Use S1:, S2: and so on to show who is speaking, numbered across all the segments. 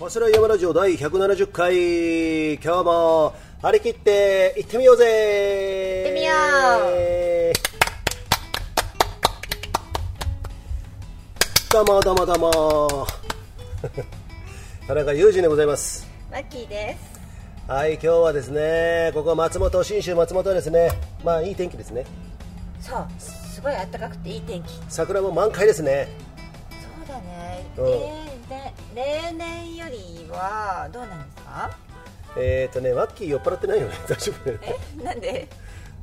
S1: マスライヤマラジオ第170回今日も張り切って行ってみようぜ
S2: 行ってみよ
S1: どうもどうもどうも 田中裕二でございます
S2: マッキーです。
S1: はい今日はですねここ松本信州松本はですねまあいい天気ですね
S2: そう、すごい暖かくていい天気。そ
S1: 桜も満開ですね
S2: うだね。
S1: うん
S2: 例年例年よりはどうなんですか？
S1: えっ、ー、とねマッキー酔っ払ってないよね 大丈夫だよね
S2: え、なんで？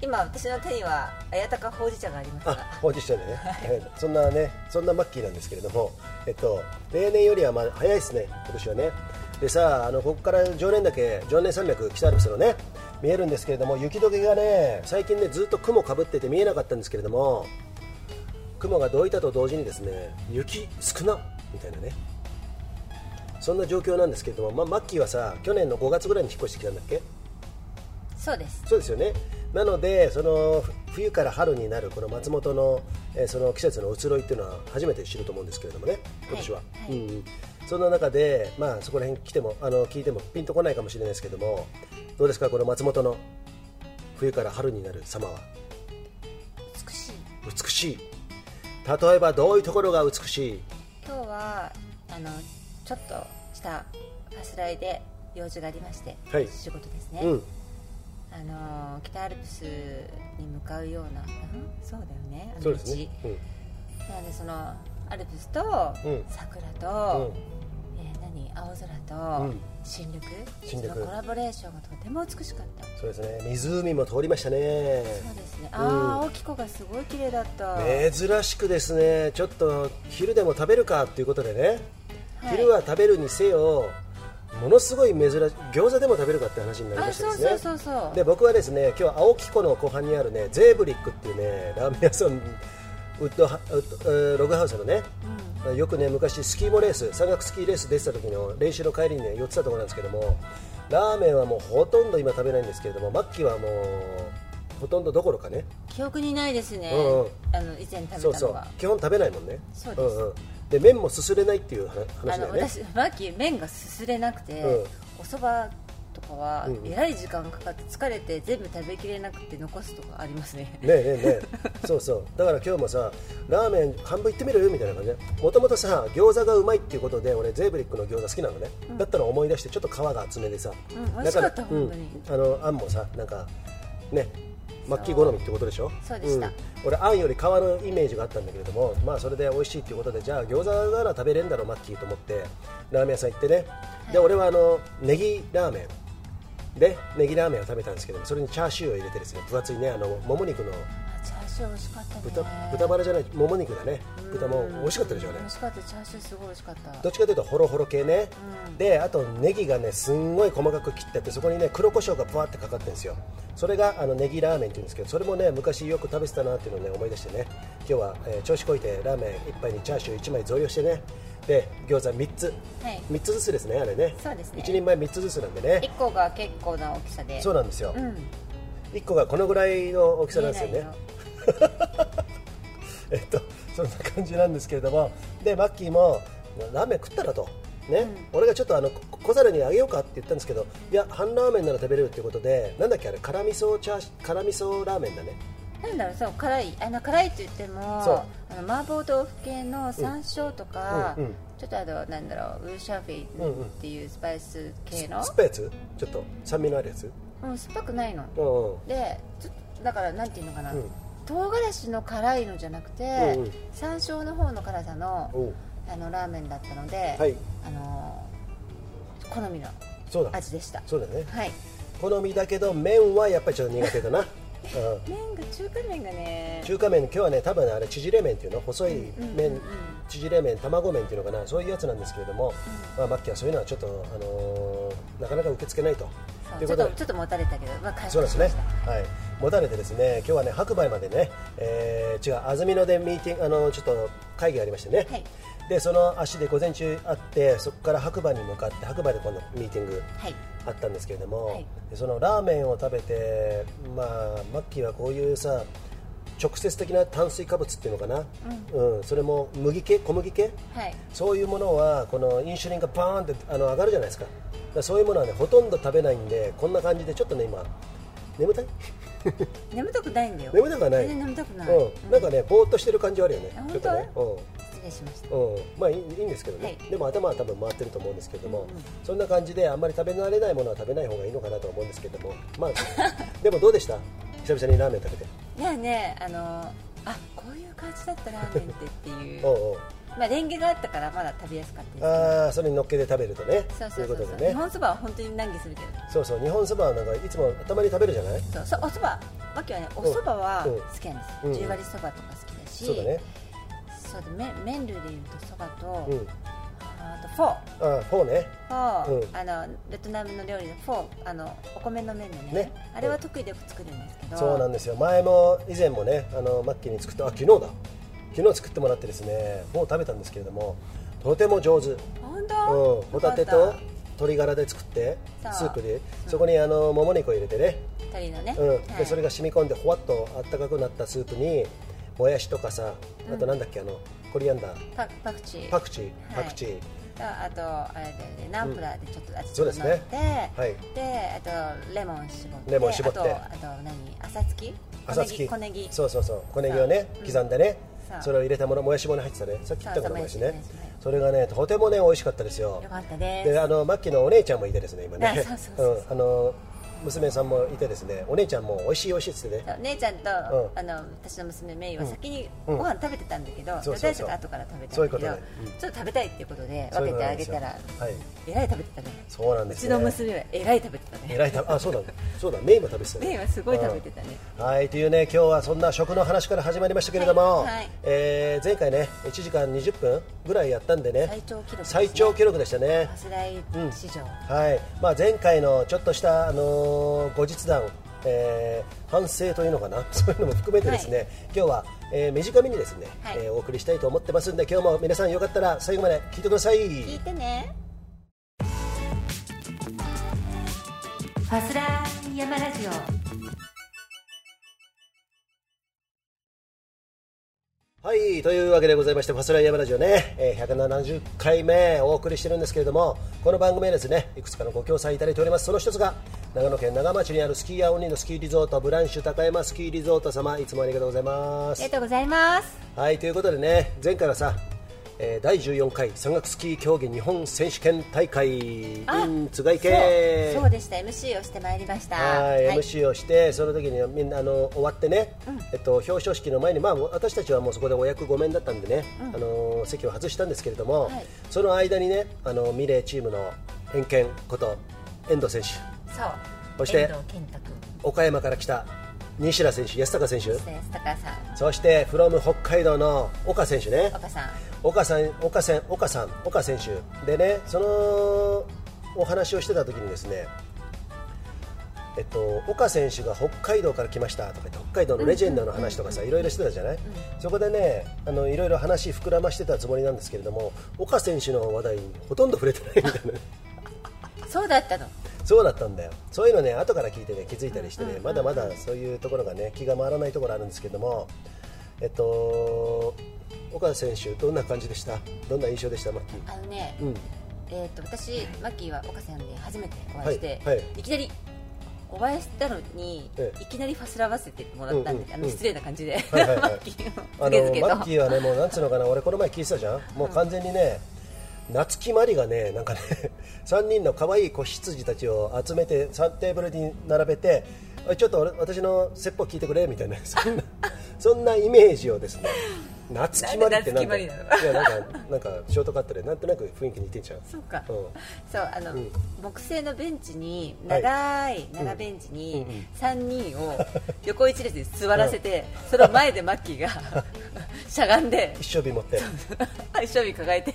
S2: 今私の手には綾鷹ほうじ茶があります
S1: あ
S2: が、
S1: 放置したね、えーそんなねそんなマッキーなんですけれども、えっと、例年よりはまあ早いですね、今年はね。でさあのここから常年岳、常年山脈、北アルプスのね見えるんですけれども、雪解けがね最近ねずっと雲かぶってて見えなかったんですけれども、雲がどいたと同時にですね雪少なみたいなね。そんな状況なんですけれども、まあ、マッキーはさ去年の5月ぐらいに引っ越してきたんだっけ
S2: そうです。
S1: そうですよねなのでそのふ冬から春になるこの松本の,、えーその季節の移ろいっていうのは初めて知ると思うんですけれどもね今年は、
S2: はいはい
S1: うんうんそんな中で、まあ、そこら辺来てもあの聞いてもピンとこないかもしれないですけどもどうですかこの松本の冬から春になる様は
S2: 美しい。
S1: 美しい例えばどういうところが美しい
S2: 今日はあのちょっとしたファスライで用事がありまして、
S1: はい
S2: 仕事ですね。
S1: うん
S2: あの北アルプスに向かうような、うんそうだよね。あの
S1: そうですね、
S2: 道なのでそのアルプスと
S1: うん
S2: 桜
S1: うんう
S2: と
S1: ん。、
S2: えー何青
S1: う
S2: 空と
S1: ん
S2: 新緑,、
S1: 新緑
S2: そのコラボレーションがとても美しかった
S1: そうですね湖も通りましたね
S2: そうですね
S1: うん
S2: ああ、青木湖がすごい綺麗だった、
S1: 珍しくですねちょっと昼でも食べるかということでね、
S2: はい
S1: 昼は食べるにせよものすごい珍しい餃子でも食べるかって話になりま
S2: あ
S1: したで
S2: そう
S1: すね
S2: そうそうそう
S1: で僕はですね今日は青木湖の後半にあるねゼーブリックっていうねラーメン屋さんウッドハウッドえーログハウスのね、よくね昔スキーモレース山岳スキーレース出てた時の練習の帰りにね寄ってたところなんですけどもラーメンはもうほとんど今食べないんですけれどもマッキーはもうほとんどどころかね
S2: 記憶にないですね、
S1: うんうん
S2: あの以前食べたの
S1: そう
S2: は
S1: そう基本食べないもんね
S2: そうです
S1: んうん、で麺もすすれないっていう話
S2: あ
S1: 話だ
S2: の
S1: よね
S2: 私マーキー麺がすすれなくて、
S1: うん
S2: おそばとかは
S1: うんうん
S2: えらい時間かかって疲れて全部食べきれなくて残すとかありますね
S1: ねえねえねえそうそうだから今日もさラーメン半分いってみるみたいな感じでもともとさ餃子がうまいっていうことで俺ゼーブリックの餃子好きなのね、だったら思い出してちょっと皮が厚めでさ、
S2: うん美
S1: だ
S2: 味し
S1: か
S2: からった本当に、
S1: うん、あのあんもさなんかねマッキー好みってことでしょ
S2: そうでした
S1: ん俺あんより皮のイメージがあったんだけれどもまあそれで美味しいっていうことでじゃあ餃子なら食べれるんだろうマッキーと思ってラーメン屋さん行ってね、で俺はあのネギラーメンでネギラーメンを食べたんですけどもそれにチャーシューを入れてですね分厚いねあのもも肉の
S2: あチャーシュー美味しかったね
S1: 豚豚バラじゃないもも肉だね豚も美味しかったでしょうね
S2: 美味しかったチャーシューすごい美味しかった
S1: どっちかというとホロホロ系ね、
S2: うん
S1: であとネギがねすんごい細かく切ってあってそこにね黒胡椒がぶわってかかってるんですよそれがあのネギラーメンっていうんですけどそれもね昔よく食べてたなっていうのをね思い出してね今日は、えー調子こいてラーメン1杯にチャーシュー1枚増量してねで餃子3つ、
S2: はい
S1: 3つずつですねあれね
S2: そうですね
S1: 1人前3つずつなんでね
S2: 1個が結構な大きさで
S1: そうなんですよ、
S2: うん
S1: 1個がこのぐらいの大きさなんですよ
S2: 見え
S1: ね
S2: ないよ
S1: えっと、そんな感じなんですけれども、でマッキーもラーメン食ったらと、ね俺がちょっとあのこ小皿にあげようかって言ったんですけど、いや、半ラーメンなら食べれるってことで、なんだっけ、あれ辛味噌チャーシ辛味噌ラーメンだね、
S2: なんだろうそう辛いあの辛いって言っても
S1: そう
S2: あの麻婆豆腐系の山椒とか、
S1: うんうんうん
S2: ちょっとあのなんだろうウーシャフィ
S1: うんう
S2: ン
S1: ん
S2: っていうスパイス系の、
S1: 酸っぱいやつ、ちょっと酸味のあるやつ、
S2: うん、酸っぱくないの
S1: うんうん、
S2: でちょっとだからなんていうのかな、
S1: うん
S2: 唐辛子の辛いのじゃなくて、
S1: うんうん
S2: 山椒の方の辛さの
S1: おう
S2: あのラーメンだったので、
S1: はい、
S2: あの好みの
S1: そうだ、
S2: 味でした
S1: そうだね、
S2: はい
S1: 好みだけど、麺はやっぱりちょっと苦手だな。うん
S2: 麺が中華麺がね
S1: 中華麺今日はね多分あれ縮れ麺っていうの細い麺、
S2: うんうんうん
S1: 縮れ麺卵麺っていうのかなそういうやつなんですけれども、まあ、マッキーはそういうのはちょっと、あのーなかなか受け付けないと
S2: そう
S1: というこ
S2: ちょっ
S1: と
S2: と
S1: で
S2: ちょっともたれたけど、まあ、回
S1: そう
S2: 復
S1: です
S2: し
S1: ね
S2: ました、
S1: はい持たれてですね今日はね白梅までね、えー違う安曇野でミーティングあのちょっと会議がありましてね、
S2: はい
S1: でその足で午前中あってそこから白馬に向かって白馬で今度ミーティング
S2: はい
S1: あったんですけれども、
S2: はい
S1: でそのラーメンを食べて、まあ、マッキーはこういうさ直接的な炭水化物っていうのかな、うんそれも麦系小麦系
S2: はい
S1: そういうものはこのインシュリンがバーンってあの上がるじゃないですかだからそういうものはねほとんど食べないんでこんな感じでちょっとね今眠たい
S2: 眠たくないんだよ
S1: 眠たくはない、
S2: 全然眠たくない、
S1: うん、なんかねぼーっとしてる感じはあるよね
S2: あ
S1: ちょっとね、うん
S2: 失礼しました
S1: うん、まあいいいいんですけどね、
S2: はい
S1: でも頭は多分回ってると思うんですけども、
S2: うんうん
S1: そんな感じであんまり食べ慣れないものは食べない方がいいのかなと思うんですけども、まあ、でもどうでした久々にラーメン食べて、
S2: ねえねえあのあこういう感じだったラーメンってってい
S1: お
S2: う
S1: うおう
S2: まあレンゲがあったからまだ食べやすかったです
S1: ああそれに乗っけて食べるとね
S2: そうそうそう
S1: い
S2: そう
S1: こと
S2: う、
S1: で
S2: 日
S1: ね
S2: 本そばは本当に難儀するけど
S1: そうそう日本そばはなんかいつもたまに食べるじゃない
S2: そうそうおそばわけはねおそばは
S1: うん
S2: 好きなんです、
S1: うん
S2: 十割そばとか好きだし
S1: そうだね、
S2: そうだめ麺類でいうとそばと、
S1: うん、
S2: あとフォー
S1: ああフォーね
S2: フォー、
S1: う
S2: あのベトナムの料理のフォーあのお米の麺のね
S1: ね
S2: あれは得意でよく作るんですけど
S1: そうなんですよ前も以前もねあのマッキーに作ったあ昨日だ昨日作ってもらってですねもう食べたんですけれどもとても上手
S2: 本
S1: う
S2: 当
S1: ん、ホタテ
S2: よ
S1: と
S2: かっ
S1: 鶏ガラで作って
S2: そう
S1: スープで
S2: うん
S1: そこにあのもも肉を入れてね、
S2: た鶏のね、
S1: うん
S2: は
S1: で
S2: い
S1: それが染み込んでほわっとあったかくなったスープにもやしとかさあとなんだっけ、あのコリアンダー
S2: パパクチー
S1: パクチー
S2: は
S1: パ
S2: い
S1: クチー、
S2: ああとあれだよねナンプラーでちょっと味
S1: そうですね
S2: 整えて
S1: はい
S2: であとレモン絞って
S1: レモン絞って
S2: あとあと何朝つき
S1: 朝つき
S2: 小ネギ小ネギ
S1: そうそうそう小ネギをね
S2: そう
S1: 刻んでね
S2: そう
S1: それを入れたものもやしもに入ってたねさっき言ったか
S2: そ
S1: ら
S2: うそう
S1: もやし
S2: もやし
S1: ね
S2: もやしはい
S1: それがねとてもね美味しかったですよ
S2: よかったです
S1: であのマッキーのお姉ちゃんもいてですね今
S2: あ
S1: ね
S2: そうそう
S1: う
S2: そうん
S1: あの娘さんもいてですねお姉ちゃんも美味しい美味しいっつってね
S2: 姉ちゃんと、
S1: うん
S2: あの私の娘メイは先に
S1: うん
S2: ご飯食べてたんだけど、
S1: そうそう
S2: 私
S1: そ
S2: た
S1: う
S2: ちが後から食べたんだけど
S1: そういうことだね
S2: ちょっと食べたいっていうことで
S1: そう
S2: 分
S1: いう
S2: け
S1: こ
S2: て
S1: とな
S2: あ
S1: んで
S2: げ
S1: すよ
S2: たら
S1: はい
S2: えらい食べてたね
S1: そうなん
S2: う
S1: です
S2: ち
S1: ね
S2: の娘はえらい食べてたね
S1: えらいたあそうだそうだメイも食べてたね
S2: メイはすごい食べてたね、
S1: うんはいというね今日はそんな食の話から始まりましたけれども、
S2: はいはい
S1: えー前回ね1時間20分ぐらいやったんでね
S2: 最長記録
S1: 最長記録で
S2: ですね
S1: したね
S2: 初代市場、
S1: はいまあ、前回のちょっとした、あのー後日談、えー反省というのかな そういうのも含めてですね、
S2: は
S1: 今日は、えー短めにですね、
S2: はい
S1: えーお送りしたいと思ってますんで今日も皆さんよかったら最後まで聞いてください
S2: 聞いてねファスラー山ラジオ
S1: はいというわけでございまして「ファスライヤーラジオね」えー170回目お送りしてるんですけれどもこの番組はですねいくつかのご協賛いただいておりますその一つが長野県長町にあるスキーヤーオンリーのスキーリゾートブランシュ高山スキーリゾート様いつもありがとうございま
S2: あ
S1: す
S2: りがとうございます
S1: はいということでね前回はさ、えー第14回山岳スキー競技日本選手権大会 in 津賀
S2: そう
S1: 池
S2: そうでした MC をしてまいりました
S1: はい、
S2: はい
S1: MC をしてその時にみんなあの終わってね、えっと表彰式の前にまあ私たちはもうそこでお役御免だったんでね、あの席を外したんですけれども、
S2: はい
S1: その間にねあのミレーチームの偏見こと遠藤選手
S2: そう
S1: そして
S2: 遠藤健太君
S1: 岡山から来た西田選手安坂選手
S2: そして須高さん
S1: そしてフロム北海道の岡選手ね
S2: 岡さん
S1: 岡さん岡さん岡さん岡選手でねそのお話をしてた時にですねえっと、岡選手が北海道から来ましたとか言って北海道のレジェンドの話とかさ、いろいろしてたじゃない、そこでねあのいろいろ話膨らましてたつもりなんですけれども岡選手の話題にほとんど触れてないみたいなね
S2: そうだったの
S1: そうだったんだよそういうのね後から聞いてね気づいたりしてね、まだまだそういうところがね気が回らないところあるんですけどもえっと岡選手どんな感じでしたどんな印象でしたマッキー
S2: あのね、
S1: うん
S2: えー、と私マッキーは岡さんに初めてお会いして、
S1: はい
S2: い
S1: はい
S2: きなりお会いしたのに、
S1: ええ
S2: いきなりファスラバせてもらったんで、
S1: うんうん
S2: あの失礼な感じで、
S1: はいはいはい
S2: マッキーを
S1: あ
S2: つけ
S1: の
S2: つけと
S1: マッキーはね、もうなんつうのかな、俺、この前聞いてたじゃん、もう完全にね、夏木マリがね、なんかね、3人の可愛い子羊たちを集めて、3テーブルに並べて、おいちょっと俺私の説法聞いてくれみたいな、 そんなそんなイメージをですね、夏木マリってなんだ
S2: なんで夏木マ
S1: いやなんか、なんかショートカットで、なんとなく雰囲気似てんじゃん。
S2: そうか、
S1: うん
S2: そうあの、
S1: ん
S2: 木製のベンチに長い長ベンチに3人を横一列に座らせ て、その前でマッキーがしゃがんで
S1: 一生日持って
S2: 一生日抱えて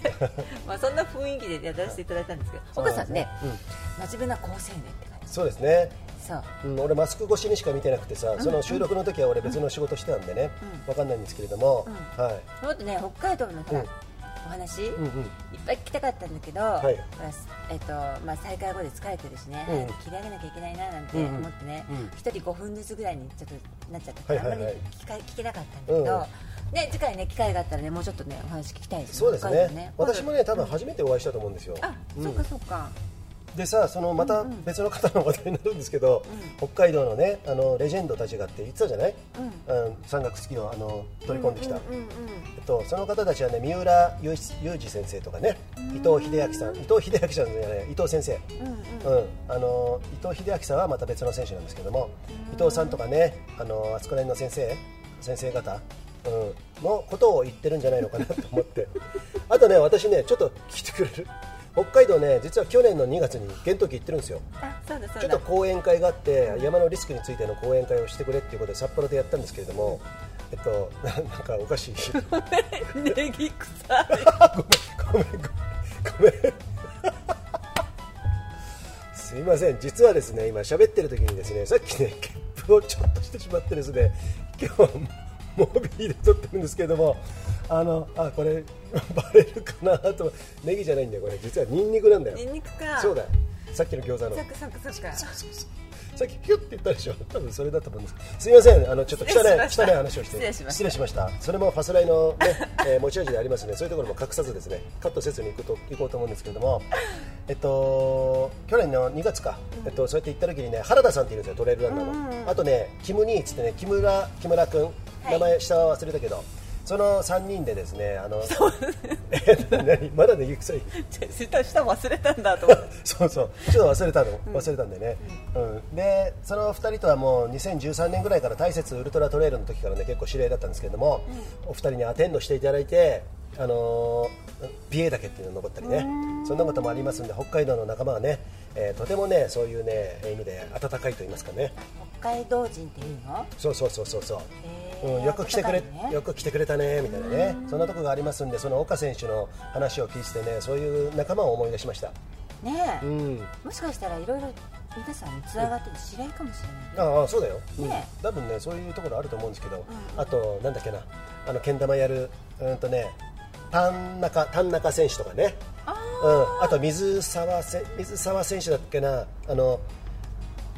S2: まあそんな雰囲気でやらせていただいたんですけど
S1: そうなん
S2: 岡
S1: で
S2: さ
S1: す
S2: ん
S1: ね
S2: ね、真面目な好青年って感じ
S1: そうですね
S2: そう
S1: うん、俺マスク越しにしか見てなくてさ、その収録の時は俺別の仕事してたんでね、わかんないんですけれども、はい、
S2: もっとね北海道のほら、
S1: うん
S2: お話、
S1: うんうん
S2: いっぱい聞きたかったんだけど、
S1: い
S2: ほらえっとまあ、再開後で疲れてるしね、
S1: うん
S2: 早く切り上げなきゃいけないななんて
S1: うんうん
S2: 思ってね
S1: うん
S2: 一、人5分ずつぐらいにちょっとなっちゃったから、
S1: はいはいはい
S2: あんまり聞か聞けなかったんだけど、ね、次回ね機会があったらねもうちょっとねお話聞きたいですね
S1: そうです
S2: 北海
S1: ね
S2: 道
S1: 私もね多分初めてお会いしたと思うんですよ、
S2: あ、
S1: うん
S2: そっかそっか
S1: でさそのまた別の方の話題になるんですけど、北海道のねあのレジェンドたちがって言ってたじゃない、
S2: う
S1: あの山岳スキーをあの取り込んできた、
S2: うんうんうん
S1: えっと、その方たちはね三浦雄一雄二先生とかね伊藤英明さん伊藤英明さんじゃない伊藤先生、
S2: うんうん
S1: うん、あの伊藤英明さんはまた別の選手なんですけども伊藤さんとかねあのあそこら辺の先生先生方、うん、のことを言ってるんじゃないのかなと思って あとね私ねちょっと聞いてくれる北海道ね実は去年の2月に原時行ってるんですよ
S2: あそうだそ
S1: ちょ
S2: う
S1: っと
S2: だ
S1: 講演会があって山のリスクについての講演会をしてくれっていうことで札幌でやったんですけれどもえっとな なんかおかしい
S2: ネギ臭い
S1: ごめんごめんごめんごめ んすいません実はですね今喋ってる時にですねさっきねゲップをちょっとしてしまってですね今日はモビーで撮ってるんですけれどもあのあこれバレるかなとネギじゃないんだよこれ実はニンニクなんだよ
S2: ニンニクか
S1: そうだよさっきの餃子の
S2: そっかそっかそっか
S1: そうそうそうさっきピュッて言ったでしょ多分それだと思うんですすいませんあのちょっと汚い
S2: 失礼しました
S1: 汚い話をして
S2: 失礼しました
S1: それもファスライの、ねえー持ち味でありますねそういうところも隠さずですねカットせずにいくと行こうと思うんですけれどもえっと去年の2月か、えっと、そうやって行った時にね原田さんっているんですよトレイルランナーの、あとねキムニーっつってね木村木村君
S2: い
S1: 名前下は忘れたけど、その3人でですねあの えっと何まだねゆくさい
S2: 下下忘れたんだと思って
S1: そうそうちょっと忘れたの忘れたんでね、うんでその2人とはもう2013年ぐらいから大雪ウルトラトレイルの時からね結構知り合いだったんですけれども、お二人にアテンドしていただいてあのー、美瑛岳っていうのを登ったりねそんなこともありますんで北海道の仲間はね、えーとてもねそういうね意味で温かいと言いますかね
S2: 北海道人っていうの
S1: そうそうそうそうそう
S2: へー
S1: うん、よく来てくれ、
S2: 温かいね
S1: よく来てくれたねみたいなねそんなとこがありますんでその岡選手の話を聞いてねそういう仲間を思い出しました
S2: ねえ
S1: うん
S2: もしかしたらいろいろ皆さんにつながってる知り合いかもしれない
S1: ああそうだよ、うん
S2: ね
S1: 多分ねそういうところあると思うんですけど、あとなんだっけなあのけん玉やるうーんとね田中田中選手とかねうん、あと水沢せ水沢選手だっけなあの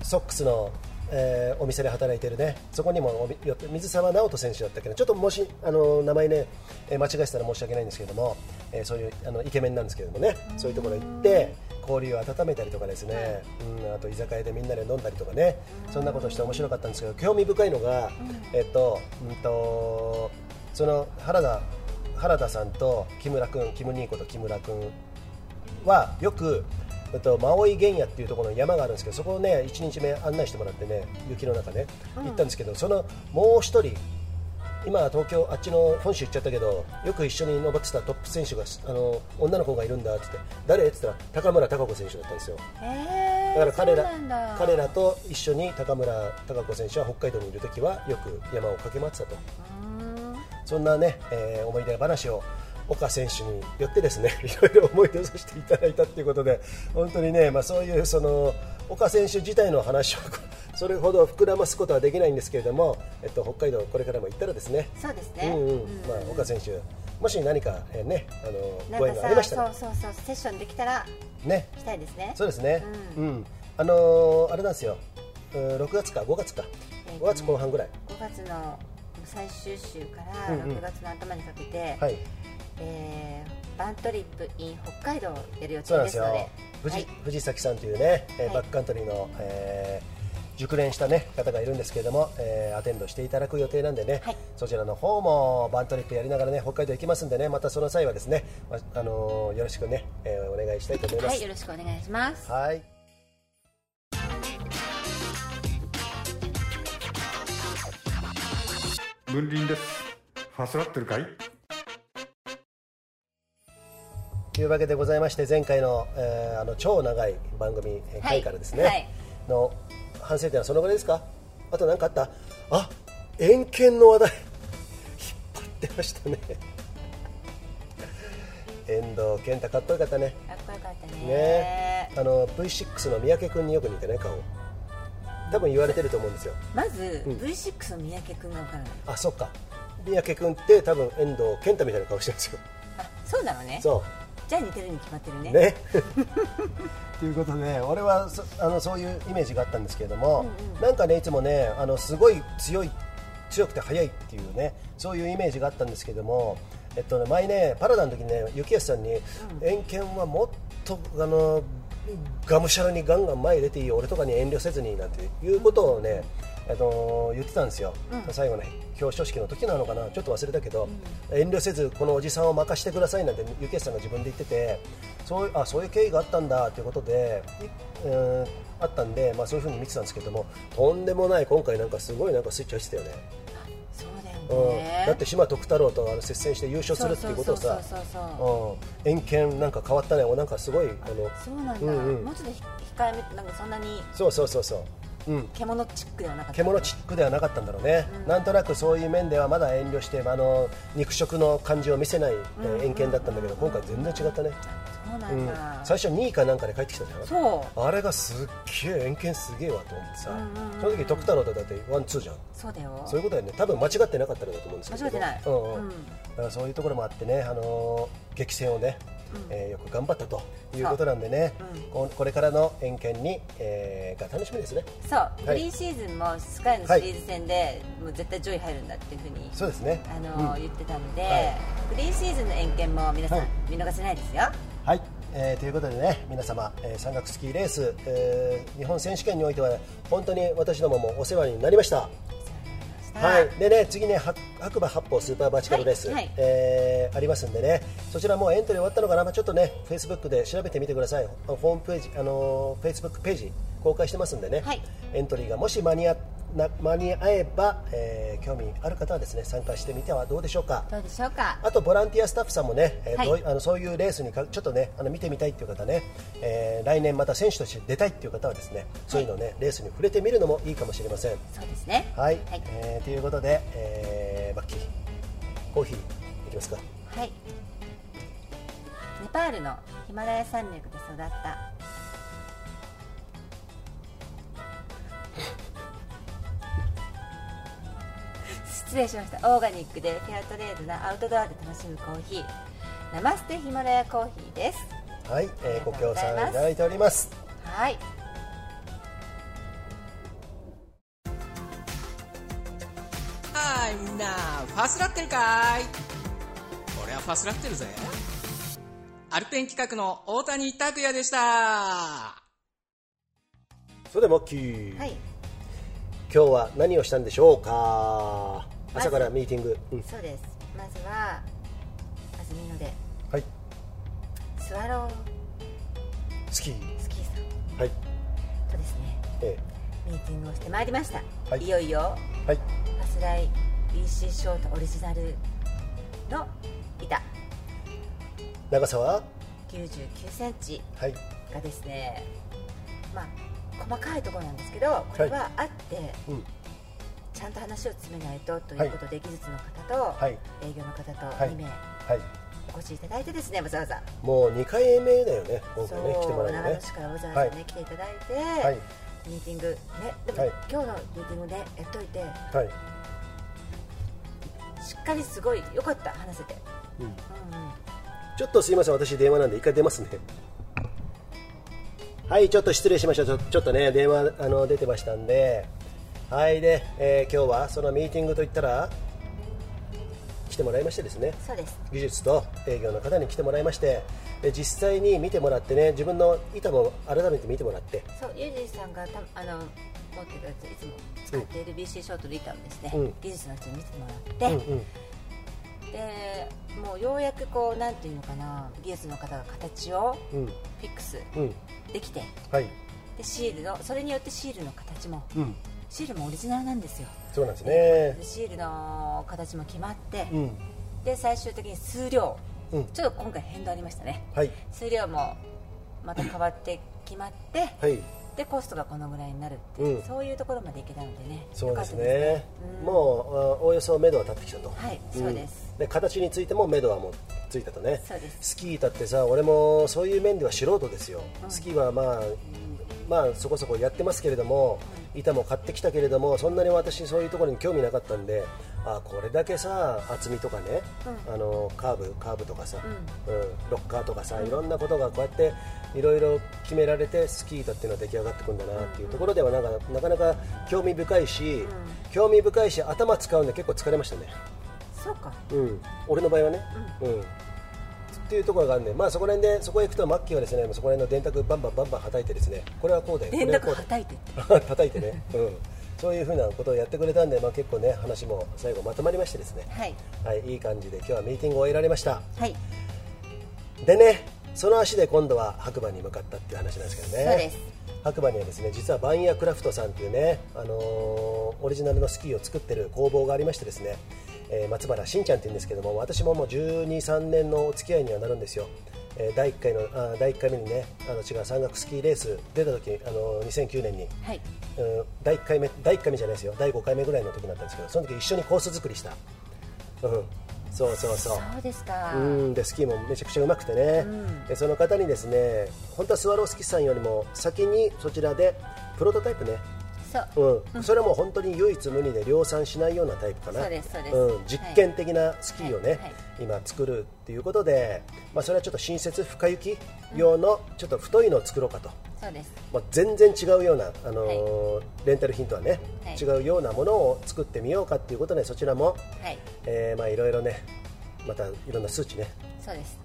S1: ソックスの、えーお店で働いてるねそこにもおみよって水沢直人選手だったっけなちょっともしあの名前ね、えー間違えてたら申し訳ないんですけども、えーそういうあのイケメンなんですけどもねそういうところ行って交流を温めたりとかですね、うん、あと居酒屋でみんなで飲んだりとかねそんなことして面白かったんですけど興味深いのが、えっとうんとその原田原田さんと木村君キムニーコと木村君はよく、えっと、マオイ原野っていうところの山があるんですけどそこをね1日目案内してもらってね雪の中ね行ったんですけど、そのもう一人今は東京あっちの本州行っちゃったけどよく一緒に登ってたトップ選手があの女の子がいるんだって言って誰って言ったら高村貴子選手だったんですよ
S2: へえ
S1: だから彼ら
S2: そうなんだ
S1: 彼らと一緒に高村貴子選手は北海道にいる時はよく山を駆け回ってたとそんなね、えー思い出話を岡選手によってですね いろいろ思い出させていただいたということで本当にね、まあ、そういうその岡選手自体の話を それほど膨らますことはできないんですけれども、えっと、北海道これからも行ったらですね
S2: そうですね、
S1: うんうんまあ、岡選手もし何か、えーね、あのご
S2: な
S1: 縁
S2: ん
S1: がありま
S2: か
S1: した
S2: さ
S1: ら
S2: そうそうそうセッションできたら
S1: ね
S2: したいですね
S1: そうですね、う
S2: うん
S1: あのーあれなんですよ、うん、6月か5月か
S2: えーとね
S1: 5月後半ぐらい、
S2: 5月の最終週から
S1: うんうん
S2: 6月の頭にかけて、
S1: はい、
S2: えーバントリップ in 北海道をやる予
S1: そうな
S2: 定
S1: んです
S2: ですので
S1: よ藤,、
S2: はい
S1: 藤崎さんというね、えー
S2: はい
S1: バックカントリーの、えー熟練した、ね、方がいるんですけれども、えーアテンドしていただく予定なんでね、
S2: はい
S1: そちらの方もバントリップやりながらね北海道行きますんでねまたその際はですね、わあのーよろしくね、えーお願いしたいと思いま
S2: は
S1: す。
S2: い、よろしくお願いします。
S1: はい。
S3: 分輪ですファスラってるかい
S1: というわけでございまして前回の、えーあの超長い番組、えー
S2: はい
S1: 回からですね、
S2: はい
S1: の反省点はそのぐらいですかあと何かあったあ円券の話題 引っ張ってましたね 遠藤健太かっこよかったね
S2: かっこよかったね
S1: ねあの V6 の三宅君によく似てね顔多分言われてると思うんですよ
S2: まず、V6 の三宅君が分からない。
S1: あそっか三宅君って多分遠藤健太みたいな顔してるんですよ
S2: あ、そうなのね
S1: そ
S2: じゃあ似てるに決まってるね
S1: うね ということで俺はそあのそういうイメージがあったんですけれども、なんかねいつもねあのすごい強い強くて速いっていうねそういうイメージがあったんですけれども、えっとね、前ねパラダの時にね幸安さんに、遠見はもっとあのがむしゃらにガンガン前に出ていいよ俺とかに遠慮せずになんていうことをね、あの言ってたんですよ、最後の表彰式の時なのかなちょっと忘れたけど、遠慮せずこのおじさんを任せてくださいなんて幸安さんが自分で言っててそうあそういう経緯があったんだということで、いうんあったんで、まあ、そういうふうに見てたんですけどもとんでもない今回なんかすごいなんかスイッチ入ってたよね。
S2: そうだよ
S1: うん
S2: ね
S1: だって島徳太郎とあの接戦して優勝するっていうことをさ
S2: そうそうそうそう
S1: うん遠見なんか変わったねおなんかすごいあの
S2: そうなんだ、
S1: うんうん
S2: もうちょっとひ控えめなんかそんなに
S1: そうそうそうそう、うん、
S2: 獣チックではなかった
S1: 獣チックではなかったんだろうね、なんとなくそういう面ではまだ遠慮してあの肉食の感じを見せない、えー遠見だったんだけど今回全然違ったね、
S2: そうな
S1: うんん
S2: だ、、
S1: 最初2位かなんかで帰ってきたじゃん
S2: そう
S1: あれがすっげえ遠見すげえわと思ってさ、
S2: んうんうん
S1: その時徳太郎とだってワンツーじゃん
S2: そうだよ
S1: そういうことだよね多分間違ってなかったんだと思うんですけど
S2: 間違ってない
S1: うんうん
S2: うん
S1: だからそういうところもあってね、あのー激戦をね、えーよく頑張ったということなんでね、ここれからの遠見に、えーが楽しみですね
S2: そう、
S1: い
S2: フリーシーズンもスカイのシリーズ戦で、もう絶対上位入るんだっていうふうに
S1: そうですね
S2: あのー言ってたので、
S1: はい
S2: フリーシーズンの遠見も皆さん、
S1: はい
S2: 見逃せないですよ
S1: はい、えーということでね皆様、えー山岳スキーレース、えー日本選手権においては、本当に私どももお世話になりましたはい、でね次ね白白馬八方スーパーバチカルレース、
S2: はいはい
S1: えーありますんでねそちらもうエントリー終わったのかな、まあ、ちょっとねフェイスブックで調べてみてくださいホホームページあのフェイスブックページ公開してますんでね、
S2: はい
S1: エントリーがもし間に合な間に合えば、えー興味ある方はですね参加してみてはどうでしょうか。
S2: どうでしょうか
S1: あとボランティアスタッフさんもね、えー
S2: はい
S1: どういあのそういうレースにかちょっとねあの見てみたいという方ね、えー来年また選手として出たいという方はですねそういうのをね、レースに触れてみるのもいいかもしれません。
S2: そうですね
S1: はい、
S2: はい、
S1: えーということで、えー、バッキーコーヒーいきますか
S2: はいネパールのヒマラヤ山脈で育った 失礼しましたオーガニックでフェアトレードなアウトドアで楽しむコーヒーナマステヒマラヤコーヒーです
S1: はい、えー、
S2: あり
S1: ご
S2: がと
S1: 協
S2: うございま
S1: 賛い
S2: す
S1: ただいております
S2: はい
S4: はいみんなファスラってるかーい俺はファスラってるぜアルペン企画の大谷拓也でした
S1: それではマッキー、
S2: はい
S1: 今日は何をしたんでしょうか
S2: まず
S1: 朝からミーティング、うん、
S2: そうですまずは安曇野で
S1: はい
S2: スワロー
S1: スキー
S2: スキーさん
S1: はい、
S2: とですね
S1: え
S2: ミーティングをしてまいりました、、
S1: はいい
S2: よいよ
S1: ー、はい
S2: パスライ BC ショートオリジナルの板
S1: 長さは
S2: 9 9センチ
S1: はい
S2: がですねまあ細かいところなんですけどこれはあって、
S1: うん
S2: ちゃんと話を詰めないとということで、技術の方と
S1: はい
S2: 営業の方と
S1: はい
S2: 2名
S1: はい
S2: お越しいただいてですねわざわざ、
S1: もう2回目だよね今
S2: そ
S1: 回ね来てもらうの
S2: う長
S1: ね
S2: 野市からわざわざね、
S1: はい
S2: 来ていただいて、
S1: はい
S2: ミーティングねでも、
S1: はい
S2: 今日のミーティングねやっといて
S1: はい、
S2: しっかりすごい良かった話せて、
S1: うん、
S2: うんうん
S1: ちょっとすいません私電話なんで一回出ますねはいちょっと失礼しましたちょちょっとね電話あの出てましたんではいで、えー今日はそのミーティングといったら来てもらいましてですね
S2: そうです
S1: 技術と営業の方に来てもらいましてで実際に見てもらってね自分の板も改めて見てもらって
S2: そうユージさんがたあの持ってたやついつも使っている BC ショートリーダーをですね、
S1: うん
S2: 技術の人に見ても
S1: う
S2: らっ
S1: んう
S2: て、
S1: ん
S2: でもうようやくこうなんていうのかな技術の方が形を
S1: うん
S2: フィックス
S1: うん
S2: できて
S1: はい
S2: でシールのそれによってシールの形も
S1: うん
S2: シールもオリジナルなんですよ
S1: そうなんですね
S2: でシールの形も決まって、
S1: うん
S2: で最終的に数量、
S1: うん
S2: ちょっと今回変動ありましたね
S1: はい
S2: 数量もまた変わって決まって
S1: はい
S2: でコストがこのぐらいになるって、
S1: うん
S2: そういうところまでいけたのでね
S1: そうですね
S2: よかった
S1: もうあおおよそ目処は立ってきたと
S2: はい
S1: うん
S2: そうです、
S1: で形についても目処はもうついたとね
S2: そうです
S1: スキーだってさ俺もそういう面では素人ですよ、スキーはまあ、まあそこそこやってますけれども、板も買ってきたけれどもそんなに私そういうところに興味なかったんであこれだけさ厚みとかね、あのカーブカーブとかさ、うんロッカーとかさいろんなことがこうやっていろいろ決められてスキー板っていうのは出来上がってくんだなっていうところではなんかなかなか興味深いし、興味深いし頭使うんで結構疲れましたね。
S2: そうか
S1: うん、俺の場合はね、うんっていうところがあるんで、まあ、そこら辺でそこへ行くとマッキーはですねそこら辺の電卓バンバンバンバン叩いてですねこれはこうだよ
S2: 電卓は
S1: こ
S2: たいてって
S1: れはこうだよ 叩いてね、うん、そういうふうなことをやってくれたんで、まあ、結構ね話も最後まとまりましてですね、
S2: はい
S1: はい、いい感じで今日はミーティングを終えられました
S2: はい
S1: でねその足で今度は白馬に向かったっていう話なんですけどね
S2: そうです
S1: 白馬にはですね実はバンヤクラフトさんっていうね、あのーオリジナルのスキーを作ってる工房がありましてですね、えー松原しんちゃんって言うんですけども私ももう1 2 3年のお付き合いにはなるんですよ、えー第1回のあー第1回目にねあの違う山岳スキーレース出た時、あのー2009年に、
S2: はい
S1: うん第1回目第1回目じゃないですよ第5回目ぐらいの時だったんですけどその時一緒にコース作りした、うん、そうそうそう
S2: そうですか
S1: うんでスキーもめちゃくちゃうまくてね、でその方にですね本当はスワロースキーさんよりも先にそちらでプロトタイプね、
S2: そう
S1: うんそれはもう本当に唯一無二で量産しないようなタイプかな
S2: そうですそうです
S1: ん、実験的なスキーをね、
S2: はいはい
S1: 今作るっていうことで、まあ、それはちょっと新設深雪用のちょっと太いのを作ろうかと。
S2: そうです
S1: まあ、全然違うような、あのーレンタル品とはね、
S2: はい
S1: 違うようなものを作ってみようかっていうことでそちらも、
S2: はい
S1: えーまあいろいろねまたいろんな数値ね
S2: そうです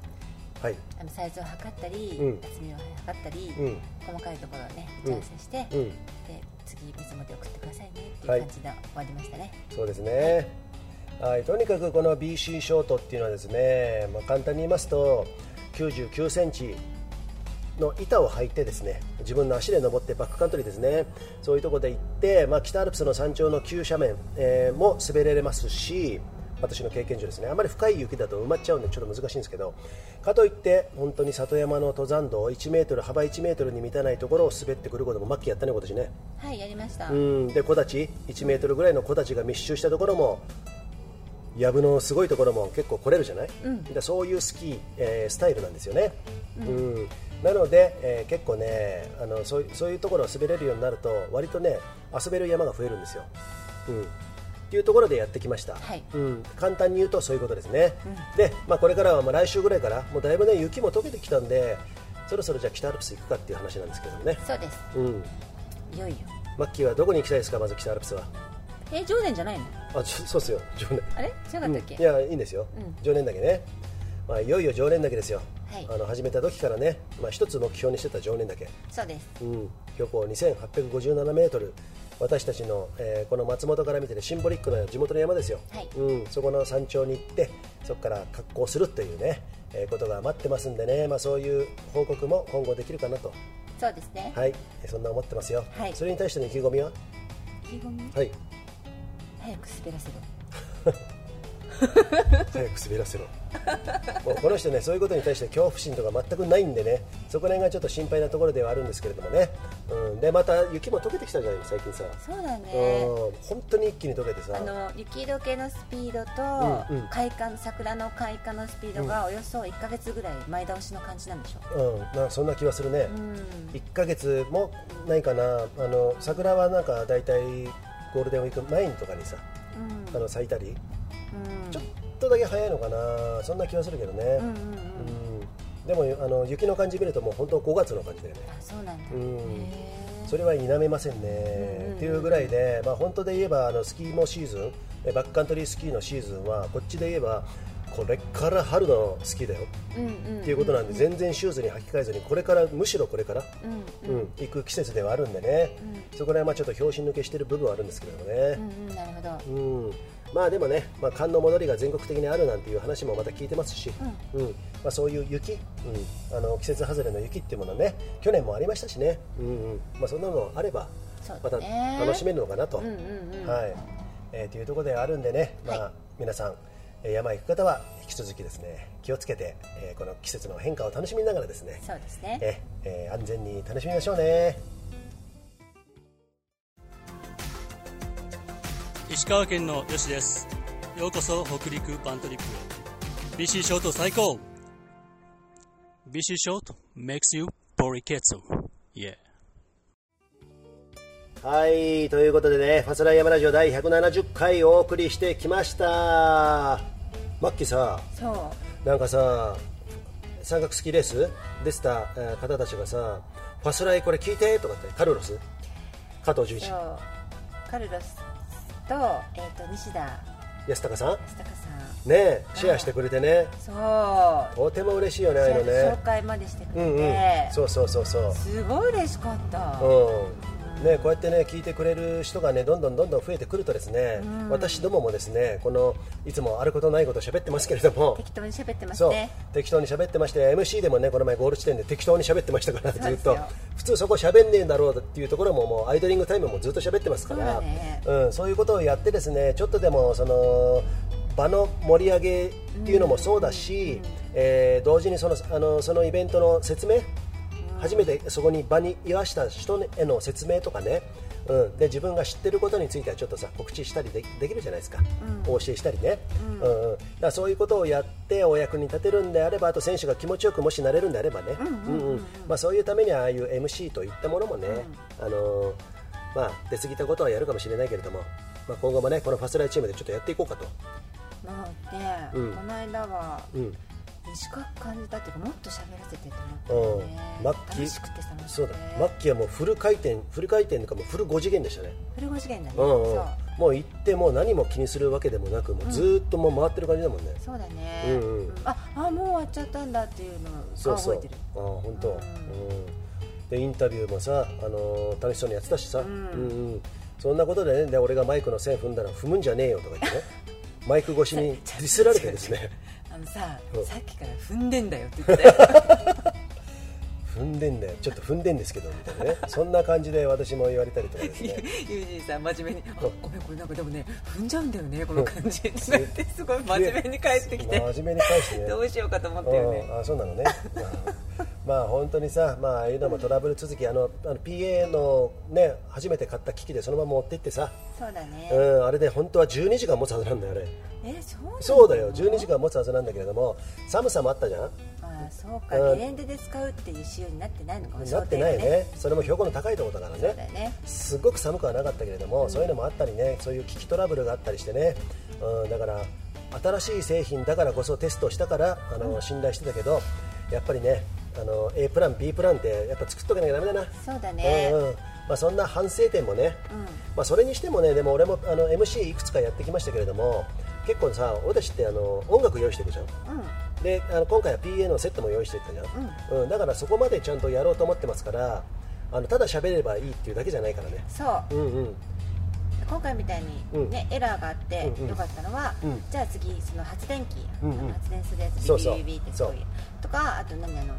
S1: はい
S2: あのサイズを測ったり、
S1: うん
S2: 厚みを測ったり、
S1: うん
S2: 細かいところをね打ち合わせして、
S1: うん
S2: で次水まで送ってくださいねって
S1: はいいう
S2: 感じで終わりましたね、
S1: そうですね、はい、とにかくこの BC ショートっていうのはですね、まあ、簡単に言いますと9 9センチの板を履いてですね自分の足で登ってバックカントリーですねそういうところで行って、まあ、北アルプスの山頂の急斜面、えーも滑れれますし私の経験上ですねあまり深い雪だと埋まっちゃうんでちょっと難しいんですけどかといって本当に里山の登山道1メートル幅1メートルに満たないところを滑ってくることもマッキーやったね今年ね
S2: はいやりました、
S1: うんで木立1メートルぐらいの木立が密集したところも藪のすごいところも結構来れるじゃない、でそういうスキー、えースタイルなんですよね、うんなので、えー結構ねあのそういそういうところを滑れるようになると割とね遊べる山が増えるんですよ、うん、っていうところでやってきました、
S2: はい
S1: うん、簡単に言うとそういうことですね、で、まあ、これからはまあ来週ぐらいからもうだいぶね雪も溶けてきたんでそろそろじゃあ北アルプス行くかっていう話なんですけどもね、
S2: そうです
S1: うん、
S2: いよいよ
S1: マッキーはどこに行きたいですかまず北アルプスは
S2: え常年じゃないの
S1: あちょそうっすよ常連
S2: あれ違かったっけ、
S1: いやいいんですよ、
S2: うん
S1: 常連だけね、まあ、いよいよ常連だけですよ、
S2: はい
S1: あの始めた時からね、まあ、一つ目標にしてた常連だけ、
S2: そうです
S1: うん、標高2857メートル私たちの、えーこの松本から見てるシンボリックな地元の山ですよ、
S2: はい
S1: うん、そこの山頂に行ってそこから格好するというね、えーことが待ってますんでね、まあ、そういう報告も今後できるかなと
S2: そうですね、
S1: はいそんな思ってますよ、
S2: はい
S1: それに対しての意気込みは
S2: 意気込み
S1: はい
S2: 早く滑らせろ
S1: 早く滑らせろ もうこの人ねそういうことに対して恐怖心とか全くないんでねそこら辺がちょっと心配なところではあるんですけれどもね、うん、でまた雪も溶けてきたじゃない最近さ、
S2: そうだ
S1: うん
S2: ね
S1: 本当に一気に溶けてさ
S2: あの雪解けのスピードと、
S1: うんうん
S2: 開花桜の開花のスピードがおよそ1か月ぐらい前倒しの感じなんでしょ
S1: うん、なんかそんな気はするね、
S2: う、うん、
S1: 1ヶ月もないかなあの桜はなんか大体ゴールデンウィーク前にとかにさ
S2: うん
S1: あの咲いたり
S2: うん
S1: ちょっとだけ早いのかなそんな気はするけどね、
S2: うんうんう
S1: う
S2: ん
S1: んでもあの雪の感じ見るともう本当5月の感じだよね
S2: あそうなんだ、
S1: うん
S2: へえ
S1: それは否めませんね、
S2: うんうん
S1: っていうぐらいで、まあ、本当で言えばあのスキーもシーズンえバックカントリースキーのシーズンはこっちで言えばこれから春のスキーだよ
S2: うんうんうん
S1: っていうことなんで全然シューズに履き替えずにこれからむしろこれから、
S2: うんうん
S1: うん、行く季節ではあるんでね、そこら辺はちょっと拍子抜けしてる部分はあるんですけども
S2: う
S1: ね、
S2: んうんなるほど
S1: うんまあでもね、まあ、寒の戻りが全国的にあるなんていう話もまた聞いてますし、うんまあ、そういう雪、うん、あの季節外れの雪っていうものはね去年もありましたしね、うんうんまあ、そんなのあれば
S2: そう
S1: ま
S2: だ
S1: た
S2: ね
S1: 楽しめるのかなと、
S2: うんうんうん
S1: はいえーというところであるんでね、まあ
S2: はい
S1: 皆さんえー山行く方は引き続きですね気をつけて、えーこの季節の変化を楽しみながらですね
S2: そうですね
S1: えーえー安全に楽しみましょうね
S5: 石川県のよしですようこそ北陸バントリップへ BC ショート最高 BC ショート makes you ボリケツォ yeah
S1: はい、ということでね、ファスライヤマラジオ第170回お送りしてきました。マッキーさ、
S2: そ
S1: なんかさ、三角スキーレース出てたえー方たちがさ、ファスライこれ聞いてとかって、カルロス、加藤純
S2: う
S1: 一
S2: そ、うカルロスと,、えー、と西田
S1: 安高さん、
S2: 須高
S1: ねえ、シェアしてくれてね、
S2: さんそ
S1: と
S2: う
S1: ても嬉しいよね、ああ
S2: そ
S1: いううのね
S2: 紹。介までしてく
S1: う
S2: れ
S1: んうん
S2: て、、
S1: そうそうそうそう。
S2: すごい嬉しかった、
S1: うんね、こうやってね聞いてくれる人がねどんどんどんどん増えてくるとですね、私どももですねこのいつもあることないこと喋ってますけれども
S2: 適当に喋ってます
S1: そう
S2: ね
S1: 適当に喋ってまして MC でもねこの前ゴール地点で適当に喋ってましたから
S2: うです
S1: ず
S2: よ
S1: っと普通そこ喋んねえんだろうっていうところももうアイドリングタイムもずっと喋ってますから
S2: そうだね
S1: うん、そういうことをやってですねちょっとでもその場の盛り上げっていうのもそうだし、えー同時にそのあのそのイベントの説明初めてそこに場にいわした人への説明とかね、うん、で自分が知ってることについてはちょっとさ告知したりでできるじゃないですか、お教えしたりね、うんうんだからそういうことをやってお役に立てるんであればあと選手が気持ちよくもしなれるんであればねうんうんまあそういうためにはああいう MC といったものもね、あのーまあ、出過ぎたことはやるかもしれないけれども、まあ、今後もねこのファスライチームでちょっとやっていこうかと、
S2: なので、
S1: うん
S2: この間は
S1: うん、
S2: 短く感じたっていうかもっと喋らせてって思
S1: う
S2: った
S1: ん
S2: ね、
S1: マッキー
S2: 楽しくて楽しくて
S1: そうだマッキーはもうフル回転フル回転というかもうフル5次元でしたね、
S2: フルゴ次元だね、
S1: うんうん
S2: そう
S1: もう行ってもう何も気にするわけでもなくもうずーっともう回ってる感じだもんね、
S2: そうだね、
S1: うんうん
S2: うんああもう終わっちゃったんだっていうのが
S1: そうそう
S2: 覚えてる
S1: ああ本当、うんでインタビューもさ、あのー楽しそうにやってたしさ、うんうんそんなことでねで俺がマイクの線踏んだら踏むんじゃねえよとか言って ねマイク越しにディスられてですね
S2: あのさ、
S1: うん
S2: さっきから踏んでんだよって言ってた よ
S1: 踏んでんだよちょっと踏んでんですけどみたいなねそんな感じで私も言われたりとか ですね
S2: ユージンさん真面目にあ「ごめんこれなんかでもね踏んじゃうんだよねこの感じ」とか言ってすごい真面目に帰ってきて
S1: 真面目に返してね
S2: どうしようかと思ったよね
S1: うんあそうなのねまあ本当にさ、まあああいうのもトラブル続きあのあの PA のね初めて買った機器でそのまま持って行ってさ、
S2: そうだね、
S1: うん、あれで本当は12時間持つはずなんだよあれ
S2: えそうなの
S1: そうだよ12時間持つはずなんだけれども寒さもあったじゃん
S2: ああそうか
S1: うん
S2: ゲレンデで使うっていう仕様になってないのかも
S1: なってないね
S2: 商店が
S1: それも標高の高いところだから
S2: そうだ
S1: ね
S2: よね
S1: すごく寒くはなかったけれども、そういうのもあったりねそういう機器トラブルがあったりしてね、うん、だから新しい製品だからこそテストしたからあの、信頼してたけどやっぱりねあの A プラン B プランってやっぱ作っとかなきゃダメだな
S2: そうだね
S1: うんうんまあ、そんな反省点もね、まあ、それにしてもねでも俺もあの MC いくつかやってきましたけれども結構さ俺たちってあの音楽用意していくじゃんであの今回は PA のセットも用意していったじゃん、うんだからそこまでちゃんとやろうと思ってますからあのただ喋ればいいっていうだけじゃないからね
S2: そう
S1: うんうん
S2: 今回みたいに、ねエラーがあってよかったのは、じゃあ次その発電機、
S1: うんうん
S2: 発電するやつ
S1: そ
S2: ビ
S1: うそう
S2: ビビビってすごい
S1: そう
S2: とかあと何あの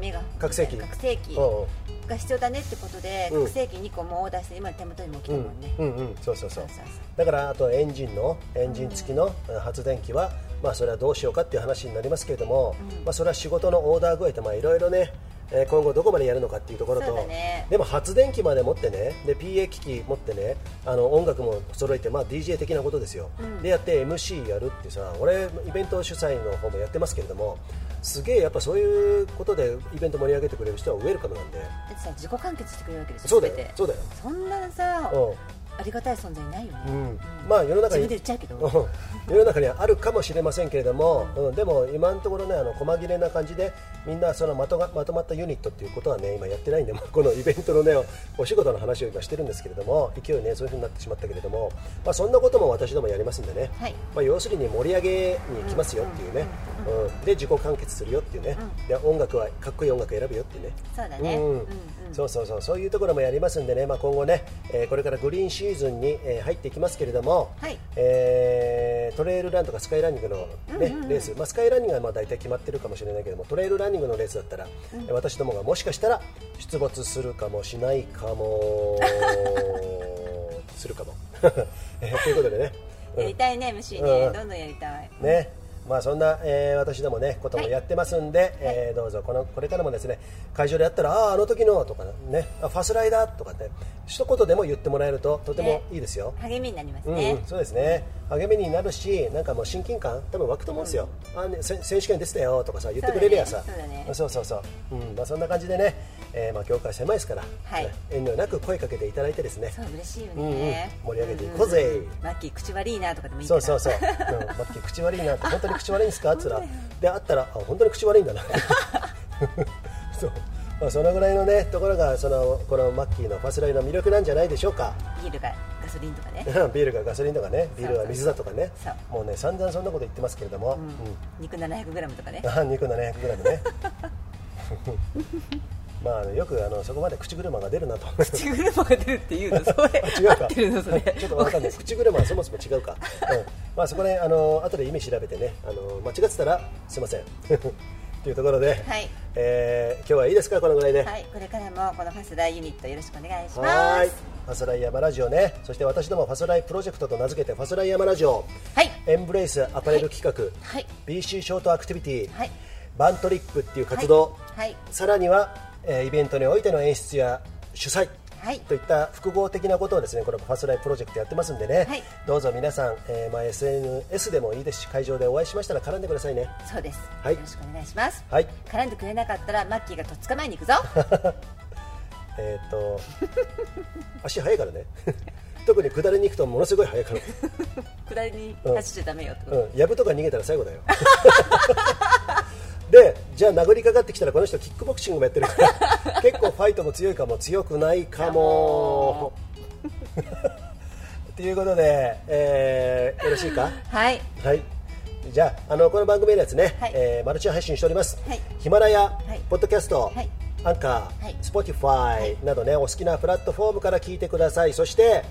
S2: メガ
S1: 拡声器
S2: 覚醒器
S1: うんうん
S2: が必要だねってことで、
S1: うん
S2: 覚醒器2個もオーダーして今手元にも来たもんね、
S1: うんうん、そうそうそう
S2: そうそうそう
S1: だからあとエンジンのエンジン付きのうん発電機は、まあ、それはどうしようかっていう話になりますけれども、まあ、それは仕事のオーダー具合とまあいろいろねえー今後どこまでやるのかっていうところ
S2: そう
S1: と、
S2: だね
S1: でも発電機まで持ってねで PA 機器持ってねあの音楽も揃えて、まあ、DJ 的なことですよ、でやって MC やるってさ俺イベント主催の方もやってますけれどもすげえやっぱそういうことでイベント盛り上げてくれる人はウェルカムなんで
S2: だってさ自己完結してくれるわけでしょ
S1: そうだよ
S2: 全て
S1: そうだよ
S2: そんなさ、
S1: うん
S2: ありがたい存在いないよね、
S1: うんまあ世の中に
S2: 自分で言っちゃうけど、
S1: うん世の中にはあるかもしれませんけれども、うん、でも今のところねあの細切れな感じでみんなそのまとがまとまったユニットっていうことはね今やってないんで、まあ、 このイベントのねお仕事の話を今してるんですけれども勢いねそういうふうになってしまったけれども、まあ、そんなことも私どもやりますんでね、
S2: はい
S1: まあ、要するに盛り上げに来ますよっていうね、うん、で自己完結するよっていうね、で音楽はかっこいい音楽選ぶよっていうね
S2: そうだね、
S1: う
S2: うんん
S1: うんそうそうそうそういうところもやりますんでね、まあ、今後ね、えーこれからグリーンシーズンに、えー入っていきますけれども、
S2: はい
S1: えートレイルランとかスカイランニングの、ねレース、まあ、スカイランニングはまあ大体決まってるかもしれないけどもトレイルランニングのレースだったら、えー私どもがもしかしたら出没する かもしないかも するかも、えーということでね、うん
S2: やりたいね MC ね、
S1: うん
S2: どんどんやりたい
S1: ねまあそんな、えー私どもねことも
S2: はい
S1: やってますんで、えーどうぞこのこれからもですね会場であったらあああの時のとかねあファスライだとかね一言でも言ってもらえるととてもいいですよ。
S2: 励みになります
S1: うんうん
S2: ね、
S1: そうですね励みになるしなんかもう親近感多分湧くと思うんですよ、あね、せ選手権でしたよとかさ言ってくれりゃさ
S2: そうだね
S1: そうそうそううんまあ、そんな感じでね、えーまあ、業界狭いですから、
S2: はい
S1: ね遠慮なく声かけていただいてですね
S2: そう嬉しいよ
S1: うんうん
S2: ね、
S1: 盛り上げていこうぜ
S2: んんマッキー口悪いなとかでもいいか
S1: そ
S2: ら
S1: うそうそう、うん、マッキー口悪いなって本当に口悪いんですかっつったらであったらあ本当に口悪いんだな そう、まあ、そのぐらいのねところがそのこのマッキーのファスライの魅力なんじゃないでしょうか
S2: ビールがガソリンとかね
S1: ビールがガソリンとかね、ビールは水だとかね
S2: そう、
S1: もうね、散々そんなこと言ってますけれども、う
S2: 肉 700g とかね
S1: ん あ肉 700g ね。まあ、よくあのそこまで口車が出るなと。
S2: 口車が出るって言う のそれ
S1: 違う
S2: 合
S1: か。
S2: ってるのそ れ
S1: ちょっとわかんない。口車はそもそも違うか。うん、まあ、そこで、あの、後で意味調べてね、あの、間違ってたら、すいません。 というところで、
S2: はい
S1: えー今日はいいですか、このぐらいで。
S2: はいこれからもこのファスダーユニットよろしくお願いし
S1: は
S2: ま
S1: ーい
S2: す。
S1: ファスライ山ラジオね、そして私どもファスライプロジェクトと名付けてファスライ山ラジオ、
S2: はい
S1: エンブレイスアパレル企画、
S2: はい
S1: BC ショートアクティビティ、
S2: はい
S1: バントリップっていう活動、
S2: はいはい
S1: さらには、えーイベントにおいての演出や主催、
S2: はい
S1: といった複合的なことをですねこのファスライプロジェクトやってますんでね、
S2: はい
S1: どうぞ皆さん、えーまあ、SNS でもいいですし会場でお会いしましたら絡んでくださいね。
S2: そうです、
S1: はい
S2: よろしくお願いします、
S1: はい
S2: 絡んでくれなかったらマッキーがとっ捕まえに行く ぞ
S1: えーっ と足速いからね 特に下りに行くとものすごい速いから。
S2: 下りに走っちゃダメよってこと、
S1: うん、やぶとか逃げたら最後だよ でじゃあ殴りかかってきたらこの人キックボクシングもやってるから結構ファイトも強いかも強くないかも ということで、えーよろしいか
S2: はい
S1: はいじゃああのこの番組のやつね、
S2: はい
S1: えーマルチ配信しております、
S2: はい
S1: ヒマラヤ、
S2: い
S1: ポッドキャスト、
S2: はい
S1: アンカー、
S2: はい
S1: スポティファイなどねお好きなプラットフォームから聞いてくださいそして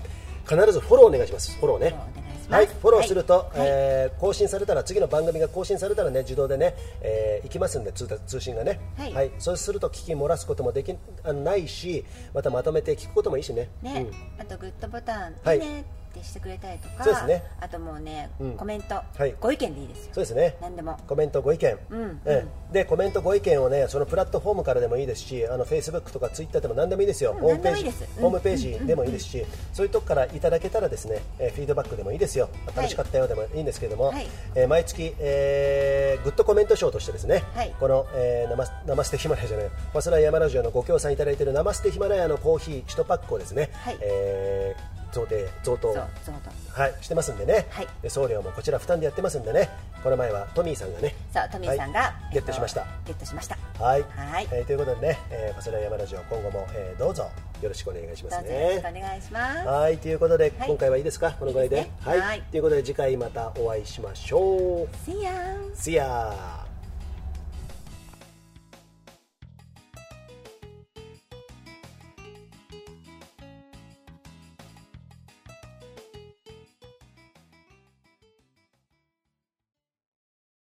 S1: 必ずフォローお願いしますフォローね
S2: フォローお願いします
S1: はいフォローすると、
S2: はい
S1: えー更新されたら次の番組が更新されたらね自動でね、えー行きますんで通達通信がね
S2: はい
S1: そうすると聞き漏らすこともできあないしまたまとめて聞くこともいいしね
S2: ね、
S1: うん
S2: あとグッドボタンい
S1: はい
S2: いねってしてくれたりとか、
S1: そうですね
S2: あともうね、
S1: うん
S2: コメント、
S1: はい
S2: ご意見でいいですよ
S1: そうですね
S2: 何でも
S1: コメントご意見、
S2: うん
S1: ええでコメントご意見をねそのプラットフォームからでもいいですしあのフェイスブックとかツイッターでも何でもいいですよ、
S2: ん
S1: ホームペー
S2: 何でもいい
S1: ジ
S2: ですうん
S1: ホームページでもいいですし、そういうとこからいただけたらですね、えーフィードバックでもいいですよ
S2: い
S1: 楽しかったよでもいいんですけれども、
S2: はい
S1: えー毎月、えーグッドコメント賞としてですね、
S2: はい
S1: この、えー、ナマスナマステヒマラヤじゃないファスライヤマラジオのご協賛いただいているナマステヒマラヤのコーヒー1パックをですね、
S2: はい
S1: えー贈呈贈
S2: そう
S1: 答
S2: そうと
S1: はい、してますんでね、
S2: はい
S1: で送料もこちら負担でやってますんでね、この前はトミーさんがね、
S2: さあトミーさんが、
S1: はいゲットしました。
S2: ゲットしました
S1: はい、
S2: はい
S1: えーということでね、えー、パソラ山ラジオ、今後も、えーどうぞよろしくお願いしま
S2: ど
S1: す
S2: うぞよろしくお
S1: ね。
S2: 願いします
S1: はい、ということで、
S2: はい
S1: 今回はいいですか、このぐらいで。
S2: いいですね
S1: はい、
S2: はい
S1: ということで、次回またお会いしましょう。
S2: See ya
S1: See ya!